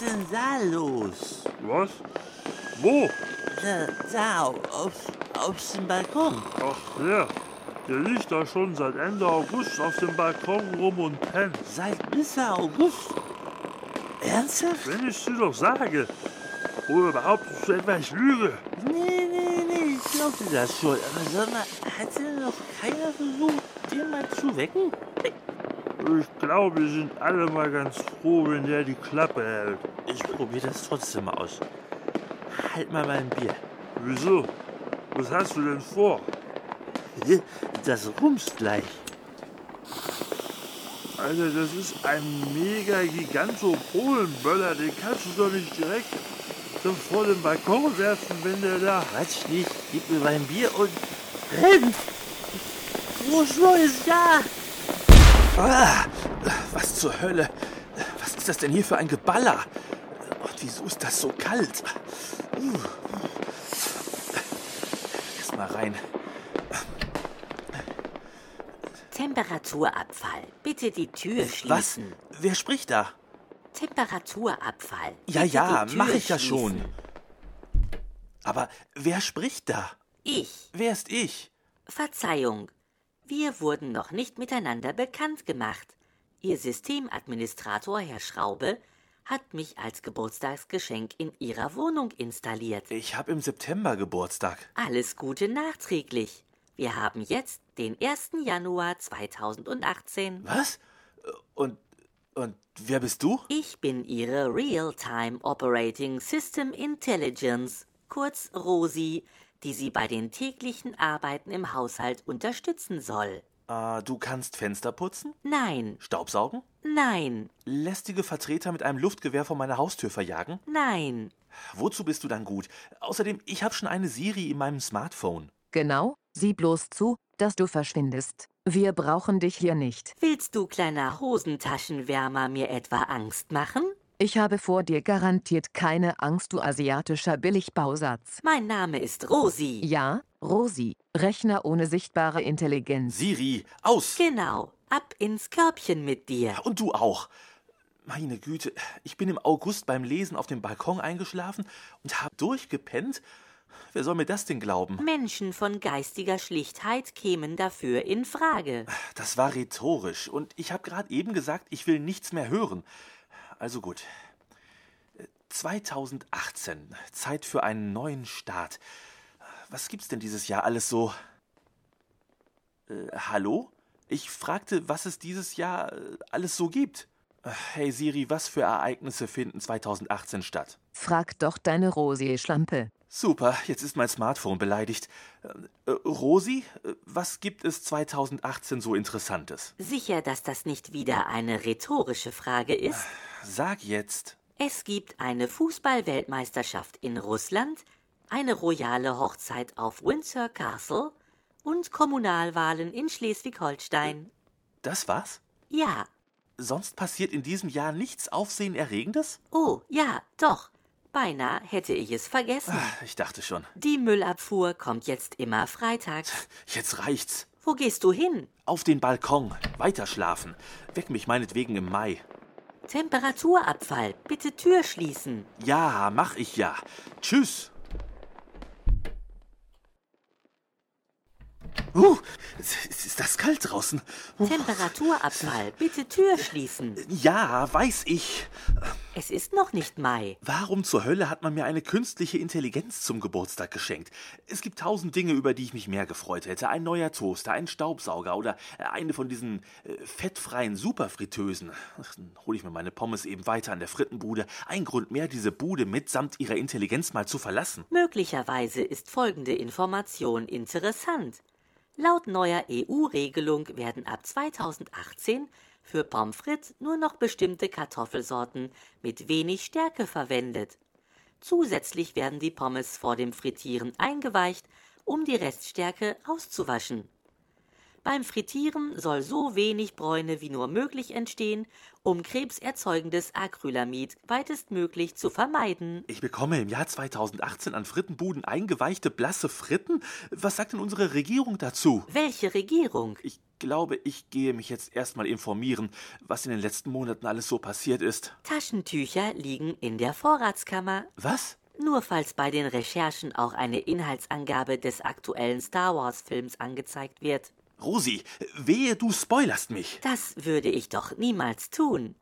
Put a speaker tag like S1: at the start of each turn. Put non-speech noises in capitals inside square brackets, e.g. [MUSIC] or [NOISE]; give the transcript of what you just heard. S1: denn da los?
S2: Was? Wo?
S1: Da, da auf, auf dem Balkon.
S2: Ach, der. Der liegt da schon seit Ende August auf dem Balkon rum und pennt.
S1: Seit Mitte August? Ernsthaft?
S2: Wenn ich dir doch sage. Oder behauptest du etwa, ich lüge?
S1: Nee, nee, nee, ich glaubte das schon. Aber sag mal, hat denn noch keiner versucht, den mal zu wecken?
S2: Ich glaube, wir sind alle mal ganz froh, wenn der die Klappe hält.
S1: Ich probiere das trotzdem mal aus. Halt mal mein Bier. [LAUGHS]
S2: Wieso? Was hast du denn vor?
S1: Das rumst gleich.
S2: Alter, Also, das ist ein mega giganto Polenböller. Den kannst du doch nicht direkt dann vor den Balkon werfen, wenn der da.
S1: Quatsch nicht, gib mir mein Bier und renn! Frohes neues Jahr!
S3: Ah, was zur Hölle? Was ist das denn hier für ein Geballer? Und wieso ist das so kalt? Uh. Erst mal rein.
S4: Temperaturabfall. Bitte die Tür
S3: Äh, Was?
S4: schließen.
S3: Wer spricht da?
S4: Temperaturabfall.
S3: Ja,
S4: Bitte
S3: ja,
S4: die Tür
S3: mach ich ja
S4: schließen.
S3: schon. Aber wer spricht da?
S4: Ich.
S3: Wer ist ich?
S4: Verzeihung. Wir wurden noch nicht miteinander bekannt gemacht. Ihr Systemadministrator, Herr Schraube, hat mich als Geburtstagsgeschenk in Ihrer Wohnung installiert.
S3: Ich habe im September Geburtstag.
S4: Alles Gute nachträglich. Wir haben jetzt den 1. Januar 2018.
S3: Was? Und, und wer bist du?
S4: Ich bin Ihre Real-Time Operating System Intelligence, kurz Rosi, die Sie bei den täglichen Arbeiten im Haushalt unterstützen soll.
S3: Ah, du kannst Fenster putzen,
S4: Nein,
S3: Staubsaugen,
S4: nein,
S3: lästige Vertreter mit einem Luftgewehr vor meiner Haustür verjagen.
S4: nein.
S3: Wozu bist du dann gut? Außerdem, ich habe schon eine Siri in meinem Smartphone.
S5: Genau, sieh bloß zu, dass du verschwindest. Wir brauchen dich hier nicht.
S4: Willst du, kleiner Hosentaschenwärmer, mir etwa Angst machen?
S5: Ich habe vor dir garantiert keine Angst, du asiatischer Billigbausatz.
S4: Mein Name ist Rosi.
S5: Ja, Rosi, Rechner ohne sichtbare Intelligenz.
S3: Siri, aus!
S4: Genau, ab ins Körbchen mit dir.
S3: Und du auch. Meine Güte, ich bin im August beim Lesen auf dem Balkon eingeschlafen und habe durchgepennt. Wer soll mir das denn glauben?
S4: Menschen von geistiger Schlichtheit kämen dafür in Frage.
S3: Das war rhetorisch und ich habe gerade eben gesagt, ich will nichts mehr hören. Also gut. 2018, Zeit für einen neuen Start. Was gibt's denn dieses Jahr alles so? Äh, hallo? Ich fragte, was es dieses Jahr äh, alles so gibt. Äh, Hey Siri, was für Ereignisse finden 2018 statt?
S5: Frag doch deine Rosi Schlampe.
S3: Super, jetzt ist mein Smartphone beleidigt. Äh, äh, Rosi, äh, was gibt es 2018 so Interessantes?
S4: Sicher, dass das nicht wieder eine rhetorische Frage ist?
S3: Sag jetzt.
S4: Es gibt eine Fußball-Weltmeisterschaft in Russland, eine royale Hochzeit auf Windsor Castle und Kommunalwahlen in Schleswig-Holstein.
S3: Das war's?
S4: Ja,
S3: Sonst passiert in diesem Jahr nichts Aufsehenerregendes?
S4: oh, ja, doch. Beinahe hätte ich es vergessen.
S3: Ah, Ich dachte schon.
S4: Die Müllabfuhr kommt jetzt immer freitags.
S3: Jetzt reicht's.
S4: Wo gehst du hin?
S3: Auf den Balkon. Weiterschlafen. Weck mich meinetwegen im Mai.
S4: Temperaturabfall. Bitte Tür schließen.
S3: Ja, mach ich ja. Tschüss. Uh, ist das kalt draußen? Uh,
S4: Temperaturabfall. Bitte Tür schließen.
S3: ja, weiß ich.
S4: Es ist noch nicht Mai.
S3: Warum zur Hölle hat man mir eine künstliche Intelligenz zum Geburtstag geschenkt? Es gibt tausend Dinge, über die ich mich mehr gefreut hätte. Ein neuer Toaster, ein Staubsauger oder eine von diesen äh, fettfreien Superfritteusen. Ach, Dann hole ich mir meine Pommes eben weiter an der Frittenbude. Ein Grund mehr, diese Bude mitsamt ihrer Intelligenz mal zu verlassen.
S4: Möglicherweise ist folgende Information interessant. Laut neuer EU-Regelung werden ab 2018 für Pommes frites nur noch bestimmte Kartoffelsorten mit wenig Stärke verwendet. Zusätzlich werden die Pommes vor dem Frittieren eingeweicht, um die Reststärke auszuwaschen. Beim Frittieren soll so wenig Bräune wie nur möglich entstehen, um krebserzeugendes Acrylamid weitestmöglich zu vermeiden.
S3: Ich bekomme im Jahr 2018 an Frittenbuden eingeweichte blasse Fritten? Was sagt denn unsere Regierung dazu?
S4: Welche Regierung?
S3: Ich glaube, ich gehe mich jetzt erstmal informieren, was in den letzten Monaten alles so passiert ist.
S4: Taschentücher liegen in der Vorratskammer.
S3: Was?
S4: Nur falls bei den Recherchen auch eine Inhaltsangabe des aktuellen Star Wars-Films angezeigt wird.
S3: Rosi, wehe, du spoilerst mich.
S4: Das würde ich doch niemals tun.